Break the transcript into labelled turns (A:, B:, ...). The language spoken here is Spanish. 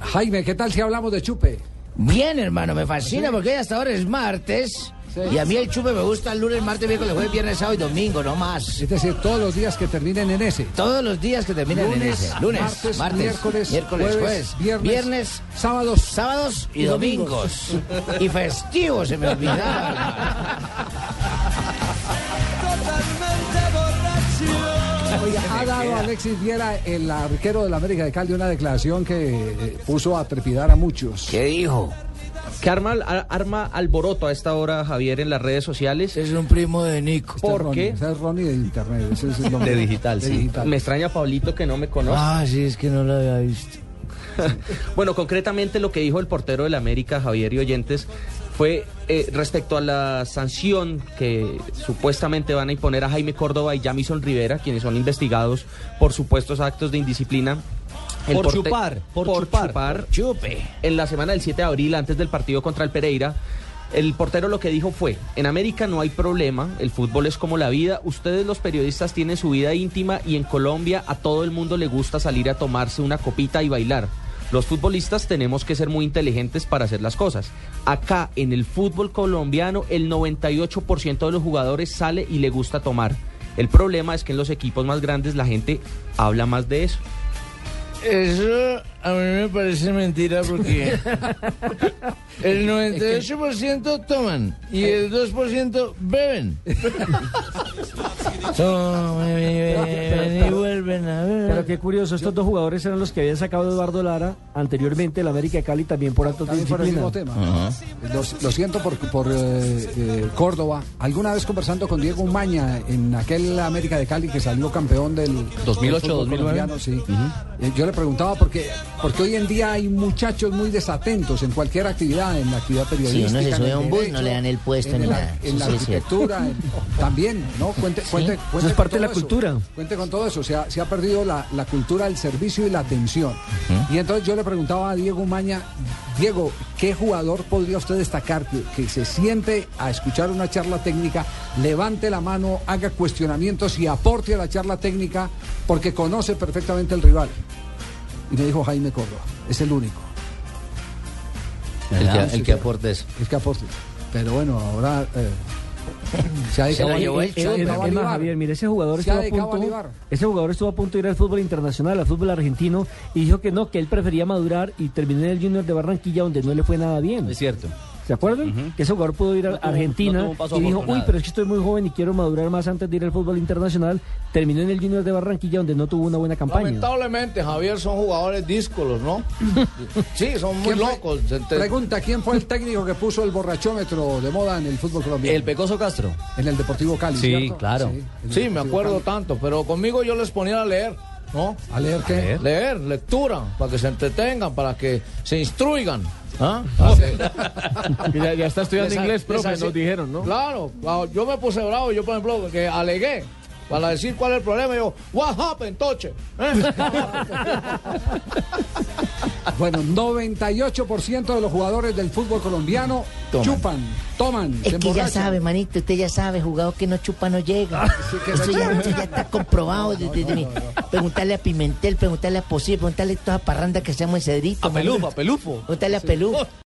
A: Jaime, ¿qué tal si hablamos de chupe?
B: Bien, hermano, me fascina porque hoy hasta ahora es martes. Y a mí el chupe me gusta el lunes, martes, miércoles, jueves, viernes, sábado y domingo, no más.
A: Es decir, todos los días que terminen en ese.
B: Todos los días que terminan en ese. Lunes, martes,
A: miércoles,
B: miércoles, jueves,
A: viernes,
B: viernes,
A: sábados.
B: sábados y domingos. Y festivos, se me olvidaba. hermano.
A: Oiga, ha dado Alexis Viera, el arquero de la América de Cali, una declaración que eh, puso a trepidar a muchos.
B: ¿Qué dijo?
C: Que arma, ar- arma alboroto a esta hora, Javier, en las redes sociales.
B: Es un primo de Nico.
A: Este es
C: ¿Por
A: Ronnie,
C: qué?
A: ese es Ronnie de Internet. ese es el nombre.
C: De digital,
A: De
C: sí.
A: digital.
C: Me extraña Pablito que no me conoce.
B: Ah, sí, es que no lo había visto.
C: Bueno, concretamente lo que dijo el portero del América, Javier y Oyentes, fue eh, respecto a la sanción que supuestamente van a imponer a Jaime Córdoba y Jamison Rivera, quienes son investigados por supuestos actos de indisciplina.
D: Por
C: porte-
D: chupar, por chupar.
C: chupar
B: Chupe.
C: en la semana del 7 de abril, antes del partido contra el Pereira, el portero lo que dijo fue, en América no hay problema, el fútbol es como la vida, ustedes los periodistas tienen su vida íntima y en Colombia a todo el mundo le gusta salir a tomarse una copita y bailar. Los futbolistas tenemos que ser muy inteligentes para hacer las cosas. Acá en el fútbol colombiano el 98% de los jugadores sale y le gusta tomar. El problema es que en los equipos más grandes la gente habla más de eso.
D: Eso a mí me parece mentira porque el 98% toman y el 2% beben. Tomen y beben y vuelven a
E: Pero
D: beber.
E: qué curioso, estos dos jugadores eran los que había sacado Eduardo Lara anteriormente el América de Cali también por actos de
A: También por el
E: disciplina.
A: mismo tema. lo, lo siento por, por, eh, eh, Córdoba. Alguna vez conversando con Diego Umaña en aquel América de Cali que salió campeón del
D: 2008,
A: del fútbol
D: 2009.
A: colombiano, sí. Eh, yo le preguntaba porque, porque hoy en día hay muchachos muy desatentos en cualquier actividad, en la actividad periodística.
B: uno se
A: en
B: sube
A: el
B: a un bus,
A: derecho,
B: no le dan el puesto
A: en
B: ni
A: la-
B: nada.
A: En la
B: Sí, sí, sí.
A: arquitectura, en- también, ¿no? Cuente, cuente, cuente
E: Eso es
A: con
E: parte de
A: todo
E: la cultura.
A: Cuente con todo eso, se ha, se ha perdido la, la cultura del servicio y la atención. Y entonces yo le preguntaba a Diego Maña, Diego, ¿qué jugador podría usted destacar que, que se siente a escuchar una charla técnica, levante la mano, haga cuestionamientos y aporte a la charla técnica porque conoce perfectamente el rival? Y me dijo Jaime Córdoba, es el único,
D: El
A: que- el que
D: aporte eso.
A: es que aporte. Pero bueno, ahora... eh, se ha dedicado
B: lo
A: a-
B: llevó el
A: se ha
E: Es
B: Chope.
A: dedicado a
E: más,
A: Bolívar.
E: eh, Javier, mire, ese jugador,
A: Se ha
E: estuvo a
A: dedicado a
E: punto,
A: Bolívar.
E: ese jugador estuvo a punto de ir al fútbol internacional, al fútbol argentino, y dijo que no, que él prefería madurar y terminó en el Junior de Barranquilla, donde no le fue nada bien.
D: Es cierto.
E: ¿Se acuerdan? Que ese jugador pudo ir a
D: no
E: Argentina
D: tuvo un paso
E: y dijo,
D: afortunado".
E: uy, pero es que estoy muy joven y quiero madurar más antes de ir al fútbol internacional. Terminó en el Junior de Barranquilla, donde no tuvo una buena campaña.
D: Lamentablemente, Javier, son jugadores díscolos, ¿no? Sí, son muy
A: ¿Quién fue-
D: locos.
A: Pregunta, ¿quién fue el técnico que puso el borrachómetro de moda en el fútbol colombiano?
D: Pecoso Castro.
A: En el Deportivo Cali,
D: Sí,
A: ¿cierto?
D: claro.
A: en el
D: Sí, me
A: Deportivo
D: acuerdo
A: Cali.
D: tanto, pero conmigo yo les ponía a leer, ¿no?
A: ¿A leer qué?
D: Leer, lectura, para que se entretengan, para que se instruigan. ¿Ah?
F: Ya, ya está estudiando
D: Les ha-
F: inglés, profe,
D: les ha-
F: nos dijeron, ¿no?
D: Claro, claro, yo me puse bravo, yo por ejemplo, que alegué. Para decir cuál es el problema, yo, what happened, toche? ¿Eh?
A: Bueno, 98% de los jugadores del fútbol colombiano chupan, toman,
B: Es
A: se
B: que ya
A: emborrachan.
B: sabe, manito, usted ya sabe, jugado que no chupa no llega.
A: Ah, que
B: Eso
A: no
B: ya,
A: llega.
B: eso ya está comprobado. desde mi- Preguntarle a Pimentel, preguntarle a Posible, preguntarle a todas las parrandas que hacemos en Cedrito.
D: A
B: manito.
D: pelufo, a pelufo.
B: Preguntarle a Pelú.